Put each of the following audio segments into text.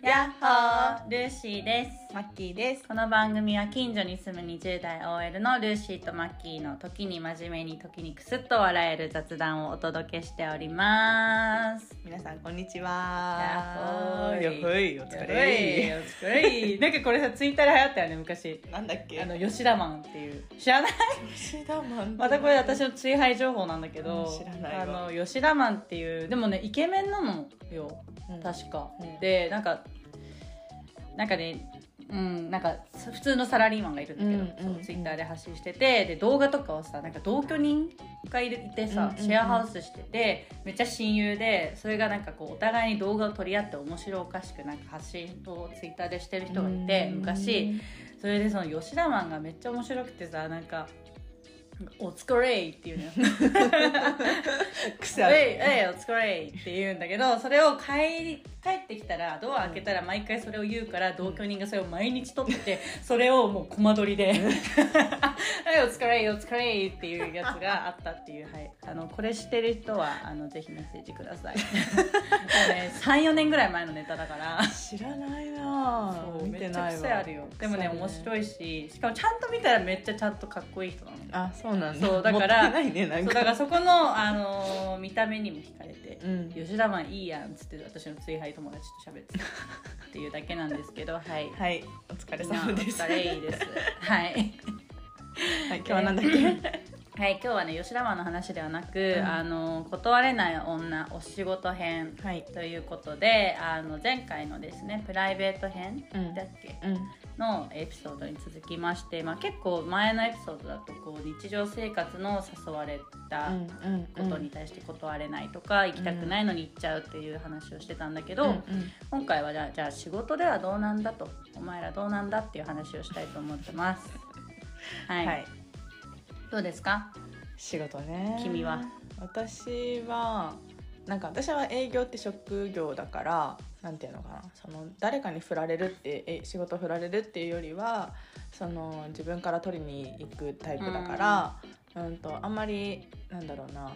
やっほールーシーですマッキーです。この番組は近所に住む20代 OL のルーシーとマッキーの時に真面目に時にクスッと笑える雑談をお届けしております皆さんこんにちやっは。ほーいやっほいお疲おれ。疲れなんかこれさツイッターで流行ったよね昔なんだっけ。あの吉田マンっていう知らない吉田マン。またこれ私の追廃情報なんだけど知らないわあの吉田マンっていうでもねイケメンなのようん確か、うんでなんかなんかねうん、なんか普通のサラリーマンがいるんだけど、うんうんそうツイッターで発信しててで動画とかをさなんか同居人がいるいてさ、うんうんうんシェアハウスしててめっちゃ親友でそれがなんかこうお互いに動画を取り合って面白おかしくなんか発信をツイッターでしてる人がいて昔、それでその吉田マンがめっちゃ面白くてさなんか「お疲れ」っていうのよ「癖あえいる。えいお疲れ」って言うんだけどそれを帰り帰ってきたらドア開けたら毎回それを言うから同居人がそれを毎日撮っててそれをもうコマ撮りで「 えいお疲れお疲れ」っていうやつがあったっていう、はい、あのこれしてる人はあのぜひメッセージくだ さいもうね34年ぐらい前のネタだから知らないなぁ。そう見めてっちゃないわ。癖あるよでもね癖ある面白いししかもちゃんと見たらめっちゃちゃんとかっこいい人なのねあ、そうなんだ。そうだからもったいないねなそうんだかか。らそこの、あのー見た目にも惹かれて「うん。吉田マンいいやん」っつって私の追敗友達と喋ってたっていうだけなんですけ どはいはい、お疲れみんなお様です。疲れいいですはいはい、今日はなんだ っけ。はい今日はね吉田マンの話ではなく、うんあのー断れない女お仕事編はい。ということであの前回のですねプライベート編うんだっけ、うん。のエピソードに続きまして、まあ、結構前のエピソードだとこう日常生活の誘われたうん。こうんとに。対して断れないとか、行きたくないのに行っちゃうっていう話をしてたんだけど、うんうん今回はじゃあじゃあ仕事ではどうなんだとお前らどうなんだっていう話をしたいと思って ます。はい、はい。どうですか仕事ね君は私はなんか私は営業って職業だからなんていうのかなその誰かに振られるってえ仕事振られるっていうよりはその自分から取りに行くタイプだから、うん、とあんまりなんだろうな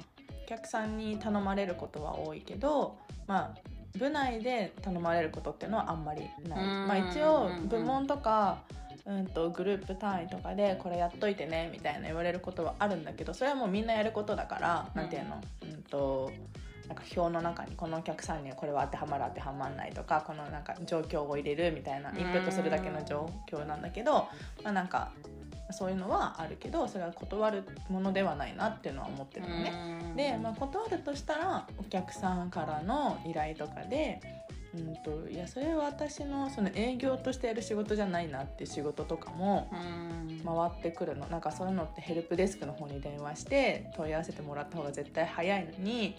お客さんに頼まれることは多いけどまあ部内で頼まれることっていうのはあんまりない、うんまあ、一応部門とか、うん、とグループ単位とかでこれやっといてねみたいな言われることはあるんだけどそれはもうみんなやることだからうんなんていうの、うん、となんか表の中にこのお客さんにはこれは当てはまる当てはまんないとかこのなんか状況を入れるみたいなインプットするだけの状況なんだけど、まあ、なんかそういうのはあるけどそれは断るものではないなっていうのは思ってるのね。うんで、まあ、断るとしたらお客さんからの依頼とかで、うん、といやそれは私のその営業としてやる仕事じゃないなって仕事とかもうん回ってくるのなんかそういうのってヘルプデスクの方に電話して問い合わせてもらった方が絶対早いのに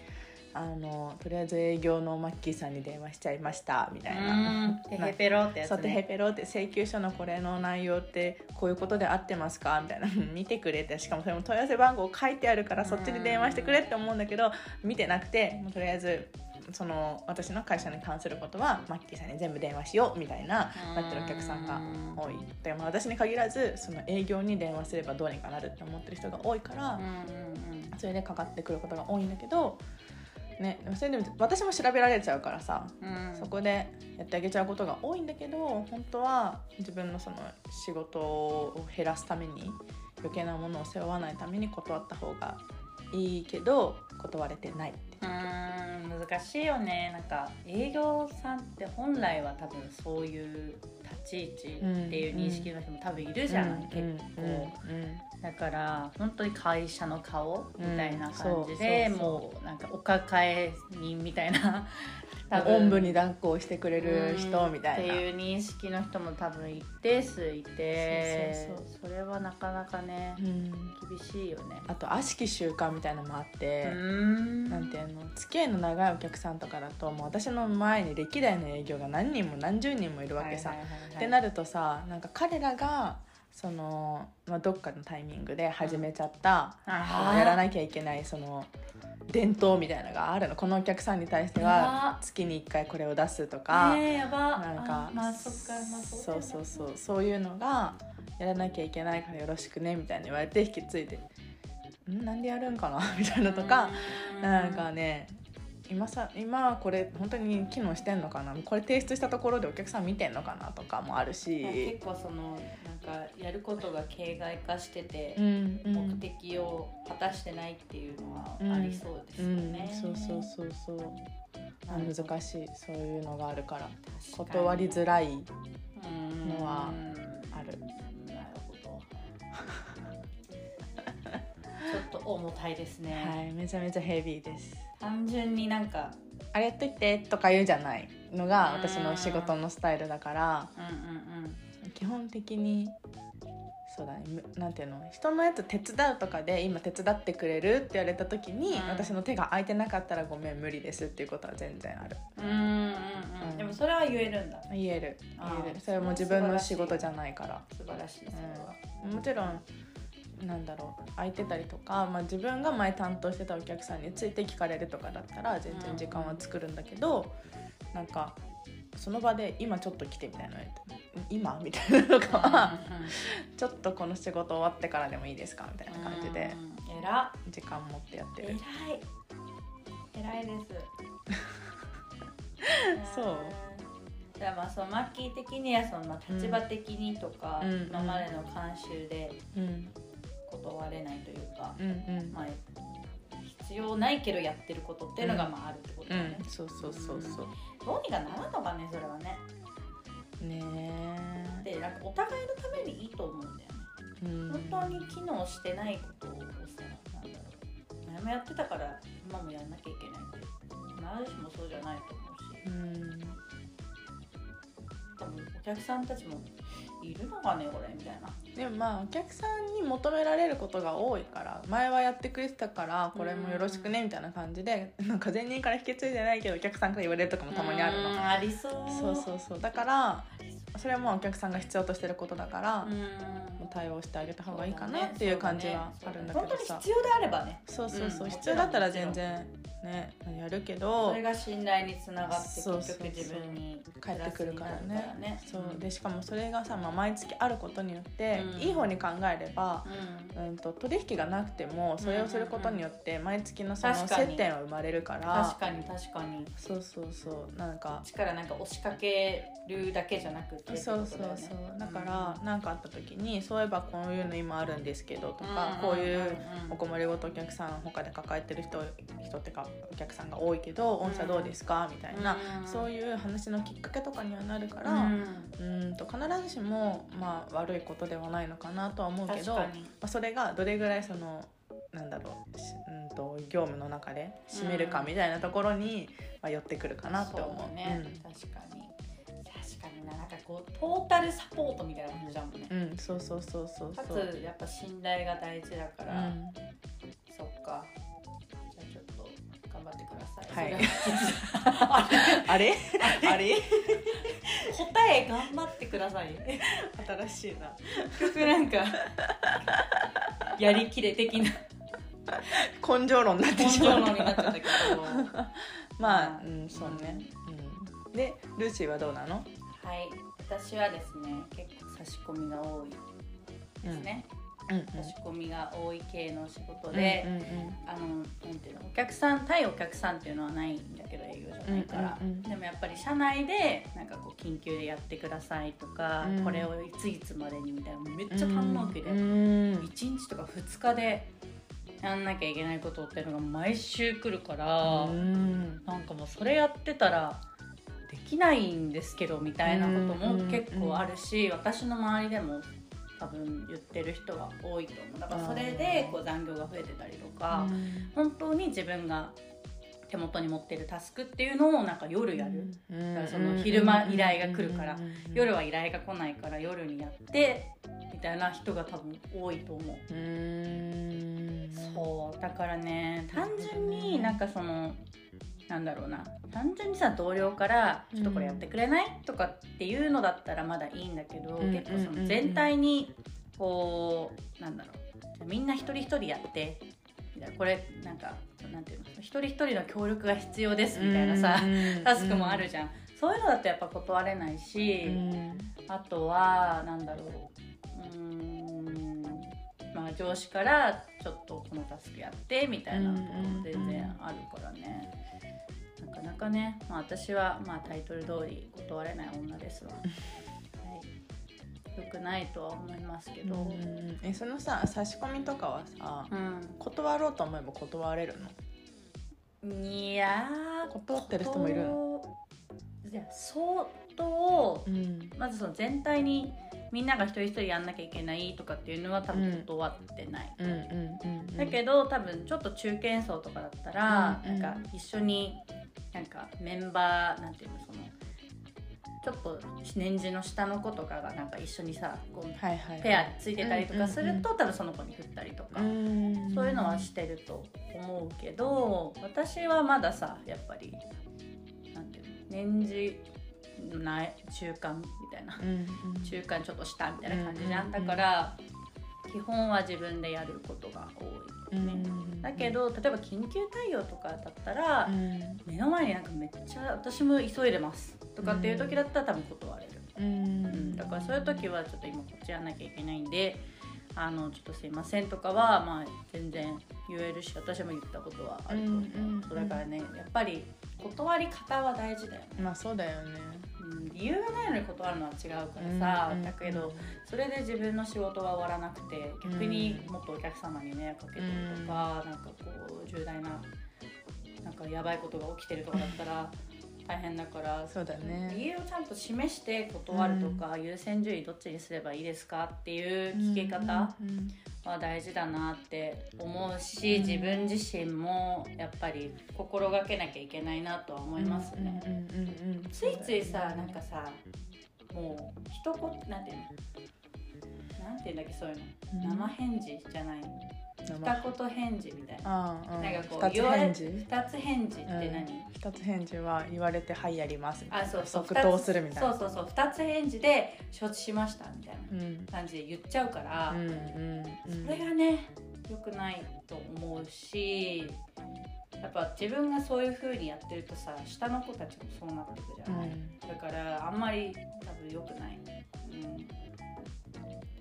あのとりあえず営業のマッキーさんに電話しちゃいましたみたいな。うんテヘペロってやつ、そうね、てヘペロって請求書のこれの内容ってこういうことで合ってますかみたいな 見てくれってしかもそれも問い合わせ番号書いてあるからそっちに電話してくれって思うんだけど見てなくてもうとりあえずその私の会社に関することはマッキーさんに全部電話しようみたいななってるお客さんが多いだからまあ私に限らずその営業に電話すればどうにかなるって思ってる人が多いからうんうんそれでかかってくることが多いんだけど、ね、でもそれでも私も調べられちゃうからさうんうんそこでやってあげちゃうことが多いんだけど本当は自分のその仕事を減らすために余計なものを背負わないために断った方がいいけど断れてないってうーん難しいよねなんか営業さんって本来は多分そういう立ち位置っていう認識の人も多分いるじゃない、うん結構、うんうんだから本当に会社の顔みたいな感じうで、んそうそうもうなんかお抱え人みたい なおんぶに抱っこをしてくれる人みたいなっていう認識の人も多分一定数いてそうそうそれはなかなかねうん厳しいよねあと悪しき習慣みたいなのもあって、んなんていうの付き合いの長いお客さんとかだともう私の前に歴代の営業が何人も何十人もいるわけさ、はいはいはいはいってなるとさなんか彼らがその、まあ、どっかのタイミングで始めちゃった、あーやらなきゃいけないその伝統みたいなのがあるのこのお客さんに対してはうわ月に1回これを出すとか、ねえやばなんあかまあそっかまあそうだそようねそうそうそういうのがやらなきゃいけないからよろしくねみたいに言われて引 き継いで「んなんでやるんかな?」みたいなとか、なんかね今さ今これ本当に機能してんのかなこれ提出したところでお客さん見てんのかなとかもあるし、結構そのなんかやることが形骸化してて、うんうん目的を果たしてないっていうのはありそうですよね。うん、そうそうそうそうあうん難しいそういうのがあるから確かに断りづらいのはあるなるほど ちょっと重たいですね、はいめちゃめちゃヘビーです単純になんかあれやっといてとか言うじゃないのが私の仕事のスタイルだからうんうんうん基本的にそうだねむなんていうの人のやつ手伝うとかで今手伝ってくれるって言われた時に、うん私の手が空いてなかったらごめん無理ですっていうことは全然あるうんうんうん、うんでもそれは言えるんだ言えるあー言えるそれも自分の仕事じゃないから素晴らしいそれは、もちろんなんだろう空いてたりとか、まあ、自分が前担当してたお客さんについて聞かれるとかだったら全然時間は作るんだけど、なんかその場で「今ちょっと来て」みたいなの言って今?」みたいなのとかはうんうんうん「ちょっとこの仕事終わってからでもいいですか?」みたいな感じうでん偉っ時間持ってやって偉るい。偉いです そううんじゃあまあそのマッキー的にはそのまあ立場的にとか、うん今までの慣習でうん断れないというか、うんうんまあ、必要ないけどやってることっていうのがまああるってことだうねん、、そうそうそうそうどうにかならんのかねそれはねねえ、でなんかお互いのためにいいと思うんだよねうん、本当に機能してないことをさなんだろう前もやってたから今もやんなきゃいけないって必ずしもそうじゃないと思うしうん多分お客さんたちもいるのかねこれみたいなでもまあお客さんに求められることが多いから前はやってくれてたからこれもよろしくねみたいな感じでなんか前任から引き継いでないけどお客さんから言われるとかもたまにあるうのんありそうそうそうそうだからそれはもうお客さんが必要としてることだからうんもう対応してあげた方がいいかなっていう感じはあるんだけどそうねさ本当に必要であればねそうそうそううん必要だったら全然ねやるけどそれが信頼につながって結そうそうそう局自分に帰ってくるからプラスになるからねねそうでしかもそれがさまあ毎月あることによってうんいい方に考えればうんうん、と取引がなくてもそれをすることによって毎月のその確か接に点は生まれるから確かに確かにそうそうそうなんかこっちからなんか押しかけるだけじゃなくてってこそとうよねそうそうだから何かあった時にそういえばこういうの今あるんですけどとかんこういんんうお困りごとお客さん他で抱えてる人人ってかお客さんが多いけど御社どうですかみたいなうんそういう話のきっかけとかにはなるかうらんうんと必ずしもまあ悪いことではないのかなとは思うけ確どか。にまあ、それがどれぐらいそのなんだろうしうんと業務の中で占めるかみたいなところに、まあ、寄ってくるかなって思うそうね、確かに確かにななんかこうトータルサポートみたいな感じだもんねう、んうん、そうそうそうそうかそうつやっぱ信頼が大事だかうら、ん、そっかじゃあちょっと頑張ってください、はいそれはあれ あれあれ答え頑張ってください新しいな結局なんかやりきれ的な根性論になって根し性ま論にうなっちゃったけどまあ、うん、そうね、うん、でルーシーはどうなの、はい私はですね結構差し込みが多いですね、うんうん差し込みが多い系の仕事うん、で、うんあのなんていうのお客さん対お客さんっていうのはないんだけど営業じゃないから、うんうんうんでもやっぱり社内でなんかこう緊急でやってくださいとか、うんこれをいついつまでにみたいなめっうん、ちゃ短納期で、うん1日とか2日でやんなきゃいけないことっていうのが毎週来るから、うんなんかもうそれやってたらできないんですけどみたいなことうもんうん結構あるし、私の周りでも多分言ってる人が多いと思うだからそれでこう残業が増えてたりとか、本当に自分が手元に持ってるタスクっていうのをなんか夜やる、うんからその昼間依頼が来るからうんうんうん夜は依頼が来ないから夜にやってみたいな人が多分多いと思う。うーんそうだからねなる単ほどね純になんかそのなんだろうな単純にさ同僚から「うんちょっとこれやってくれない?」とかっていうのだったらまだいいんだけど、うん結構そうんうんうのん全体にこうなんだろうみんな一人一人やってみたいなこれなんかなんていうの一人一人の協力が必要ですみたいなさ、タスクもあるじゃん。そういうのだとやっぱ断れないし、あとはなんだろううーんまあ上司からちょっとこのタスクやってみたいなのもうんうんうん全然あるからね、かね、まあ、私はまあタイトル通り断れない女ですわ、はい、よくないとは思いますけど、うんえそのさ差し込みとかはさうん断ろうと思えば断れるのいやー断ってる人もいるの、いや相当うんまずその全体にみんなが一人一人やんなきゃいけないとかっていうのは多分断ってない、うんうんうんうんだけど多分ちょっと中堅層とかだったら、うんうんなんか一緒になんかメンバーなんていうのそのちょっと年次の下の子とかがなんか一緒にさこうはいはいペアついてたりとかすうんうるんと、多分その子に振ったりとか、んそういうのはしてると思うけど私はまださやっぱりなんていうの年次ない中間みたいなうんうん中間ちょっと下みたいな感じじゃん、うんうんうんだから基本は自分でやることが多いね、うんだけど例えば緊急対応とかだったら、うん目の前になんかめっちゃ私も急いでますとかっていう時だったら多分断れる、うんうんだからそういう時はちょっと今こっちやんなきゃいけないんであのちょっとすいませんとかはまあ全然言えるし私も言ったことはあると思う、うんうんうんそうだからねやっぱり断り方は大事だよね、まあそうだよねうん、理由がないのに断るのは違うからさ、うんだけどそれで自分の仕事が終わらなくて逆にもっとお客様に迷惑かけてるとか、なんかこう重大ななんかやばいことが起きてるとかだったら大変だからそうだね理由をちゃんと示して断るとか、優先順位どっちにすればいいですかっていう聞き方うんうんは大事だなって思うし、うん自分自身もやっぱり心がけなきゃいけないなとは思いますね。うんうんうんうんついついさなんかさもう一言なんていうのなんていうんだっけそういうの、うん生返事じゃない生二言返事みたいな、ああうんなんかこう二つ言われ返二事つ返事って何、うん二つ返事は言われて「はいやります」あそうそう即答するみたいなそうそうそう二つ返事で承知しましたみたいうんな感じで言っちゃうから、うんうんうんそれがね良くないと思うしやっぱ自分がそういう風にやってるとさ下の子たちもそうなってくじゃない、うんだからあんまり多分良くない、うん、じ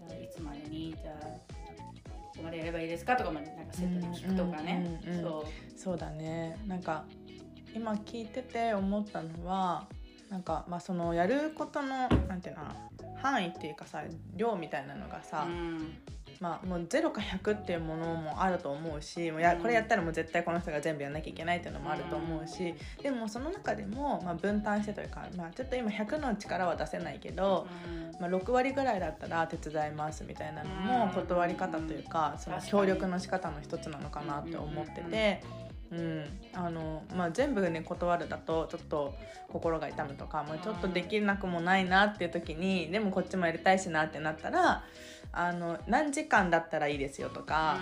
ゃあいつまでにじゃあここまでやればいいですかとかまでなんかセットで聞くとかね、うんうんうんうんそうそうだねなんか今聞いてて思ったのはなんかまあそのやることのなんていうのかな範囲っていうかさ量みたいなのがさ、うんまあもう0か100っていうものもあると思うしもうやうんこれやったらもう絶対この人が全部やんなきゃいけないっていうのもあると思うし、でもその中でもまあ分担してというか、まあ、ちょっと今100の力は出せないけど、うんまあ、6割ぐらいだったら手伝いますみたいなのうんも断り方というかその確かに協力の仕方の一つなのかなって思ってて。うんあのまあ、全部ね断るだとちょっと心が痛むとか、まあ、ちょっとできなくもないなっていう時にでもこっちもやりたいしなってなったらあの何時間だったらいいですよとか、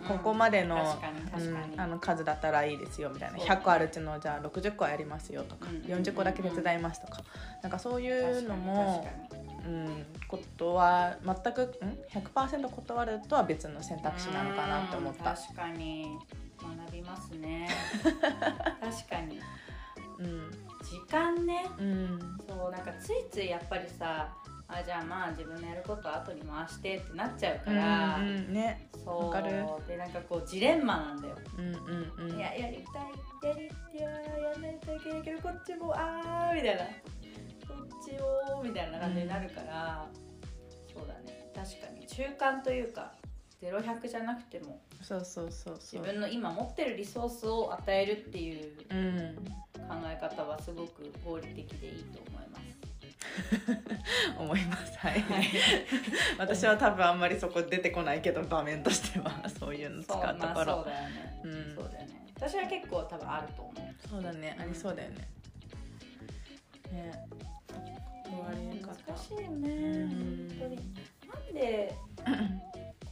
うんうんうんここまでの確かに確かに、うんあの数だったらいいですよみたいなそうだね100個あるうちのじゃあ60個はやりますよとか、うんうんうんうん40個だけ手伝いますとかなんかそういうのも確かに確かにうん、ことは全くん100%断るとは別の選択肢なのかなって思ったうん、確かに学びます ね確かにうん時間ねうんそうなんかついついやっぱりさあじゃあまあ自分のやることは後に回してってなっちゃうから、うんうんねそうわかるでなんかこうジレンマなんだよ、うんうんうんいややりたいやりたいやらないといけないけどこっちもあーみたいなこっちをみたいな感じになるから、そうだね確かに中間というか0100じゃなくてもそうそうそう自そう分の今持ってるリソースを与えるっていう考うんえ方はすごく合理的でいいと思います。思いますはい、はい 私は多分あんまりそこ出てこないけど場面としては そういうの使そううとまあこそうろだよね、うんそうだよね私は結構多分あると思うそうだねありそうだよねね断り方難しいよね、うん本当になんで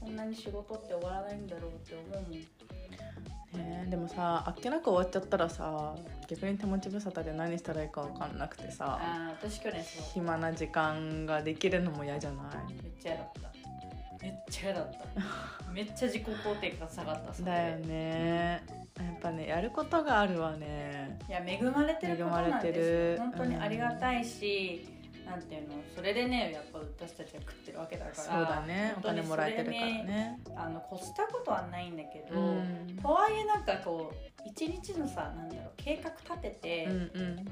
こんなに仕事って終わらないんだろうって思うもんねえでもさあっけなく終わっちゃったらさ逆に手持ち無沙汰で何したらいいか分かんなくてさああ私去年そう暇な時間ができるのも嫌じゃないめっちゃ嫌だ っためっちゃ嫌だっためっちゃ自己肯定感下がったそれでだよねやっぱねやることがあるわねいや恵まれてることなんですよ恵まれてる本当にありがたいし、なんていうのそれでねやっぱ私たちは食ってるわけだからそうだねお本当に金もらえてるからそれにねあの越したことはないんだけど、うんとはいえなんかこう一日のさなんだろう計画立てて、うんうん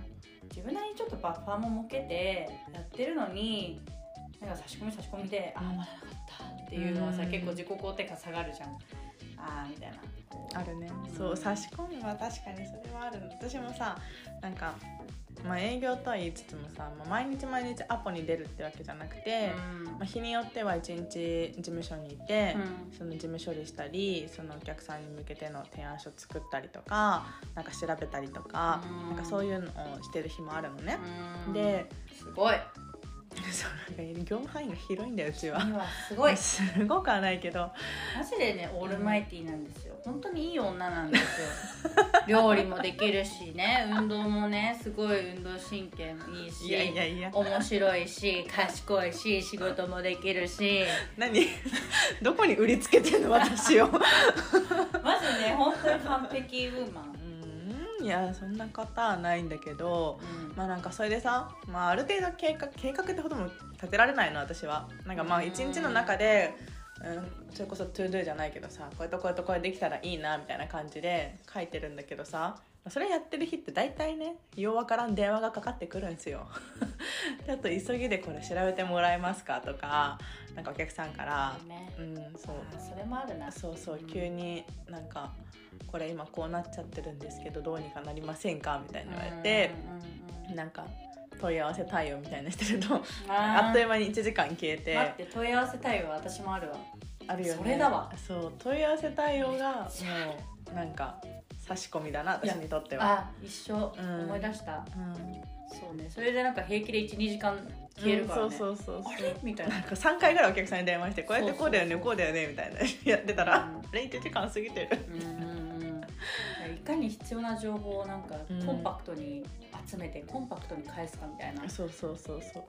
自分なりにちょっとバッファーも設けてやってるのになんか差し込み差し込みでああまだなかったっていうのはさ、うん結構自己肯定感下がるじゃんああみたいなあるねうんそう差し込みは確かにそれはあるの私もさなんか、まあ、営業とは言いつつもさ、まあ、毎日毎日アポに出るってわけじゃなくて、まあ、日によっては一日事務所にいて、その事務処理したりそのお客さんに向けての提案書作ったりとかなんか調べたりとか,、なんかそういいうのをしてる日もあるのね、うんですごいそうなんか業務範囲が広いんだようちは。今すごいすごくはないけどマジでねオールマイティーなんですよ本当にいい女なん ですよ料理もできるしね運動もねすごい運動神経もいいしいやいやいや面白いし賢いし仕事もできるし何 どこに売りつけてんの私 をまずね本当に完璧ウーマン、うんいやそんな方はないんだけどまあなんかそれでさ、まあ、ある程度計画計画ってほども立てられないの私はなんかまうあん一日の中で、うん、それこそトゥードゥじゃないけどさこれとこれとこれできたらいいなみたいな感じで書いてるんだけどさそれやってる日って大体ねようわからん電話がかかってくるんですよ ちょっと急ぎでこれ調べてもらえますかとかなんかお客さんからうんねうんそうあそれもあるなそうそううん急になんか「これ今こうなっちゃってるんですけどどうにかなりませんか?」みたいに言われて、うんうんうんなんか問い合わせ対応みたいなのしてるとああっという間間に1時間消えて待って問い合わせ対応私もあるわあるよねそれだわそう問い合わせ対応がもうなんか差し込みだないや私にとっては。あ一生思い出した、うんそうねそれでなんか平気で12時間消えるからね、うんそうそうそうそうあれみたいななんか3回ぐらいお客さんに電話してこうやってこうだよねそうこうだよねみたいなやってたら、うんあれ1時間過ぎてるうんうんうんいかに必要な情報をなんかうんコンパクトに集めてコンパクトに返すかみたいな、そうそうそうそう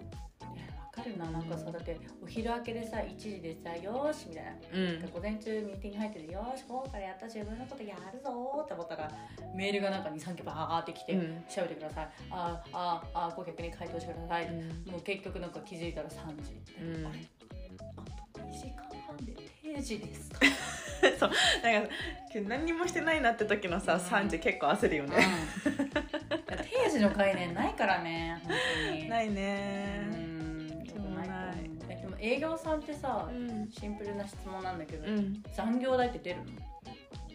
いやわかるななんかさだってお昼明けでさ1時でさよーしみたいなうん午前中ミーティング入っててよーし午後からやった自分のことやるぞーって思ったらメールがなんか23件バーってきてうん「調べてください」あーあーあー顧客に回答してください」うんもう結局なんか気づいたら3時、うんあれあと2時間半で定時です か、なんか今日何にもしてないなって時のさ、うん3時結構焦るよね、定時の概念ないからね本当にないうんねよくないと思うえでも営業さんってさ、んシンプルな質問なんだけど、うん、残業代って出るの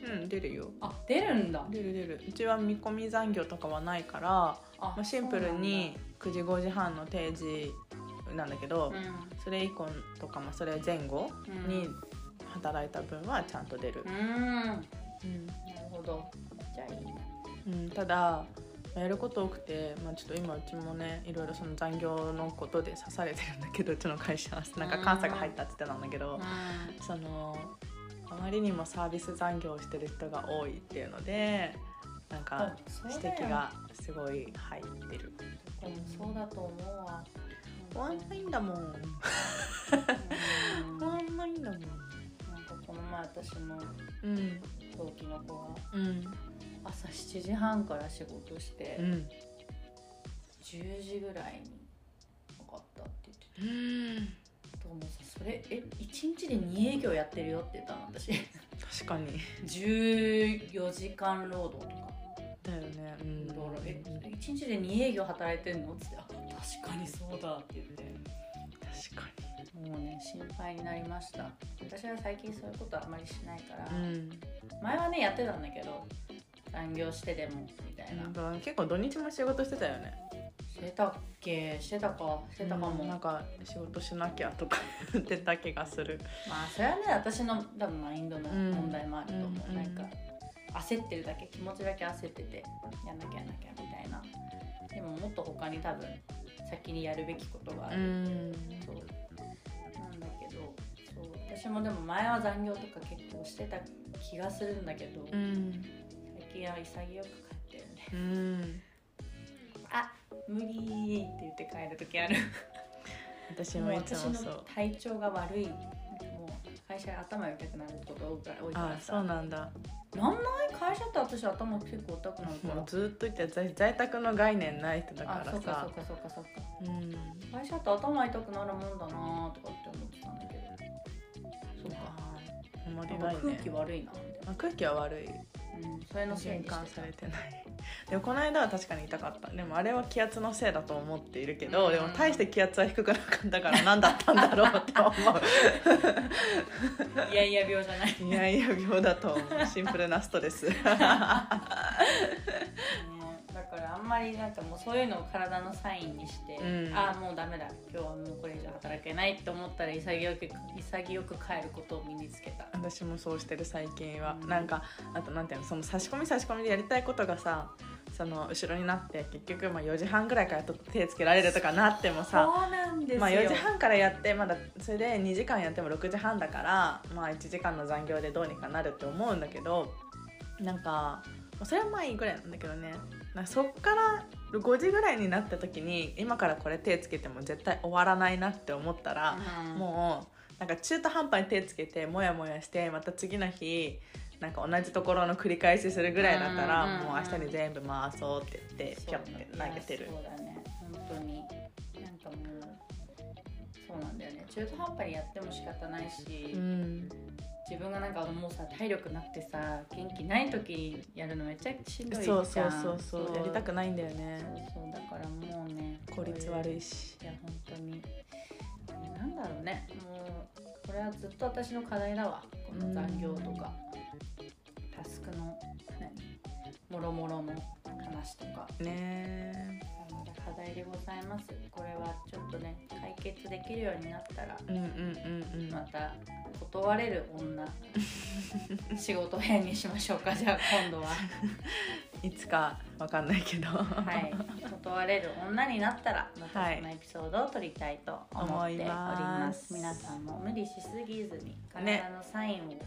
うん、出るよあ出るんだ出る出るうちは見込み残業とかはないから、まああ、シンプルに9時5時半の定時なんだけそどう、なんだそれ以降とか、まあ、それ前後うんうんに働いた分はちゃんと出るう、ーんうんなるほどじゃあいいなうん、ただやること多くて、まあ、ちょっと今うちもねいろいろその残業のことで刺されてるんだけどうちの会社はなんか監査が入ったって言ってたんだけど、そのあまりにもサービス残業をしてる人が多いっていうのでなんかそう指だよ摘がすごい入ってるでもそうだと思うわ終わんないんだもんうん終なんかわんないんだもんこの前私のうん同期の子がうん朝7時半から仕事してうん10時ぐらいに分かったって言ってうんたと思うさそれえ一日で2営業やってるよって言ったの私確かに14時間労働とかだよねうだから「えん一日で2営業働いてんの?」っつってあ「確かにそうだ」って言って確かもうね心配になりました私は最近そういうことあんまりしないから、にうん前はねやってたんだけど残業してでもみたいな、なんか結構土日も仕事してたよねしてたっけしてたかしてたかも、うんなんか仕事しなきゃとか 言ってた気がするまあそれはね私の多分マインドのうん問題もあると思う、うんなんか焦ってるだけ気持ちだけ焦っててやんなきゃやんなきゃみたいなでももっと他に多分先にやるべきことがあうる、んそうなんだけどそう私もでも前は残業とか結構してた気がするんだけど、うん最近は潔く帰ってるねうんあ無理ーって言って帰る時ある私ももういつ私もそのう体調が悪いなんかもう会社頭良くなることが多いから多いかあらさそうなんだなんない会社と私頭結構痛くなるかもらうずっと言って在在宅の概念ない人だかあらそっかさそっかそっかそっかうん会社と頭痛くなるもんだなーとかって思ってたんだけどそうかあーあんまりななんいかね空気悪いなみたいあ空気は悪いな、うん、それのせい循にしてた環されてない でもこの間は確かに痛かったでもあれは気圧のせいだと思っているけど、うんでも大して気圧は低くなかったから何だったんだろうと思 いやいや病じゃないういやいや病だと思うシンプルなストレス うんだからあんまりなんかもうそういうのを体のサインにして、うんああもうダメだ今日はもうこれ以上働けないって思ったら潔く潔く帰ることを身につけた私もそうしてる最近は、うんなんかあとなんていうのその差し込み差し込みでやりたいことがさその後ろになって結局まあ4時半ぐらいからと手つけられるとかなってもさそうなんですよ、まあ4時半からやってまだそれで2時間やっても6時半だからまあ1時間の残業でどうにかなるって思うんだけどなんかまあそれはまあいいぐらいなんだけどねなんかそっから5時ぐらいになった時に今からこれ手つけても絶対終わらないなって思ったら、うんもうなんか中途半端に手つけてモヤモヤしてまた次の日なんか同じところの繰り返しするぐらいだったら、うんうんうんもう明日に全部回そうって言ってそうピョンって投げてるいやそうだね本当になんかもうそうなんだよね中途半端にやっても仕方ないし、うん自分がなんかもうさ体力なくてさ元気ない時にやるのめっちゃしんどいじゃそんうそうそうそうやりたくないんだよそうねそうだからもうね効率こう悪いういしいや本当になんだろうねもうこれはずっと私の課題だわこの残業とかタスクの何もろもろの話とかねまだ課題でございますこれはちょっとね解決できるようになったらうんうんうんうんまた断れる 女仕事編にしましょうかじゃあ今度はいつかわかんないけど、はい断れる女になったらまはたいそのエピソードを取りたいと思っております,、思い皆ますさんも無理しすぎずにね体のサインを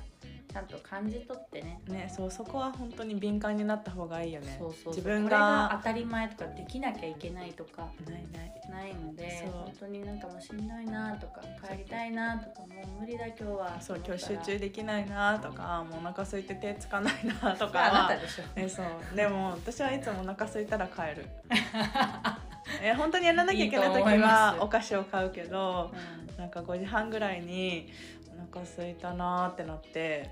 ちゃんと感じ取ってね ねそうそこは本当に敏感になった方がいいよねそうそうそう自分これがが当たり前とかできなきゃいけないとかないないないのでそう本当になんかもうしんどいなとか帰りたいなとかもう無理だ今日はそうと今思った日集ら中できないなとかもうお腹空いて手つかないなそとかれはあなはたでしょね、そうでも私はいつもお腹空いたら帰 るえ本当にやらなきゃいけないいいと時思いまはすお菓子を買うけどうなんか5時半ぐらいにお腹空いたなーってなって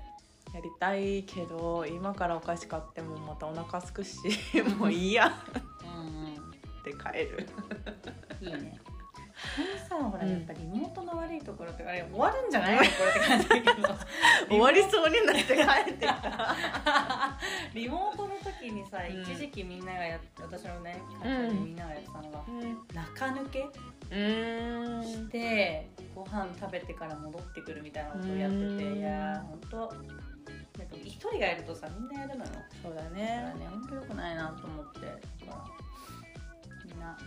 やりたいけど今からお菓子買ってもまたお腹空くし もういいやっんうんて帰 るうんいい ねこれさほらうんやっぱリモートの悪いところってあれ終わるんじゃ ないのこれって感じだけど終わりそうになって帰ってきた リモートの時にさうん一時期みんながやっ私のね会社でみんながやってたのがうん中抜けうーしんてご飯食べてから戻ってくるみたいなことをやってうてんいやーほんとなんか一人がやるとさみんなやるのよだかそうだらねねほんとよくないなと思ってだからみんな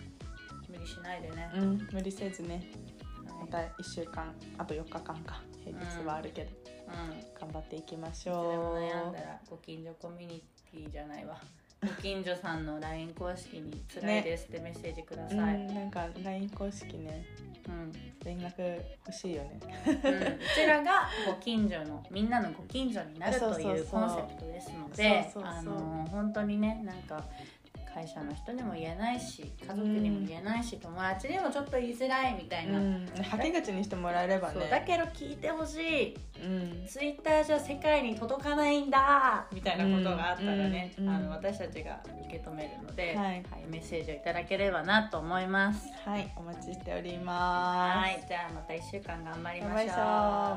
無理しないでね、うん無理せずねまたはい1週間あと4日間か平日はあるけど、うん頑張っていきまいしつでもょ悩んうだ。らご近所コミュニティじゃないわご近所さんの LINE 公式に「辛いです」ってメッセージくだうさい、ん、なんか LINE 公式ねうん連絡欲しいよねうん、うちらがご近所のみんなのご近所になるそうとそいうそううコンセプトですのでそうそうそうあの本当にねなんか会社の人にも言えないし家族にも言えないし、友達にもちょっと言いづらいみたいな、うんはけ口にしてもらえればそうだねけど聞いてほしいうんツイッターじゃ世界に届かないんだみたいなことがあったらね、うんうんあの私たちが受け止めるので、はいはいメッセージをいただければなと思います。はいお待ちしておりますはい、じゃあまた1週間頑張りましょう。頑張りましょう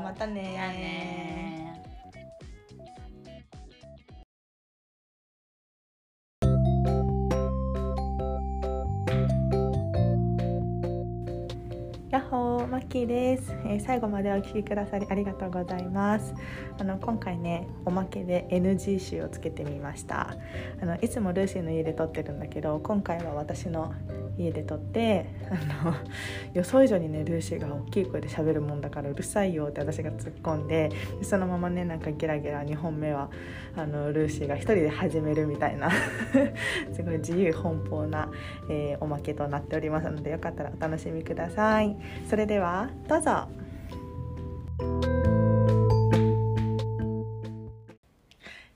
またねじゃあねヤッホーマッキーです、えー最後までお聞きくださりありがとうございますあの今回ねおまけで NG 集をつけてみましたあのいつもルーシーの家で撮ってるんだけど今回は私の家で撮ってあの予想以上にねルーシーが大きい声で喋るもんだからうるさいよって私が突っ込んででそのままねなんかゲラゲラ2本目はあのルーシーが一人で始めるみたいなすごい自由奔放な、えーおまけとなっておりますのでよかったらお楽しみください。それではどうぞ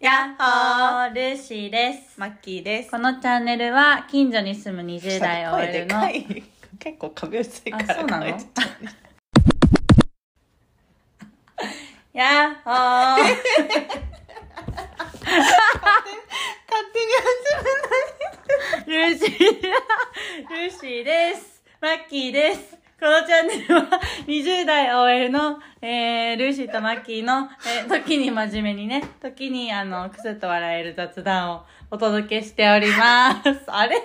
やヤッホールーシーですマッキーですこのチャンネルは近所に住む20代声で OL のかい結構壁薄いからあそうなの声ちっちゃいヤッホー勝手にルーシールーシーですマッキーですこのチャンネルは20代 OL の、えー、ルーシーとマッキーの、えー時に真面目にね、時にあの、くすっと笑える雑談をお届けしております。あれ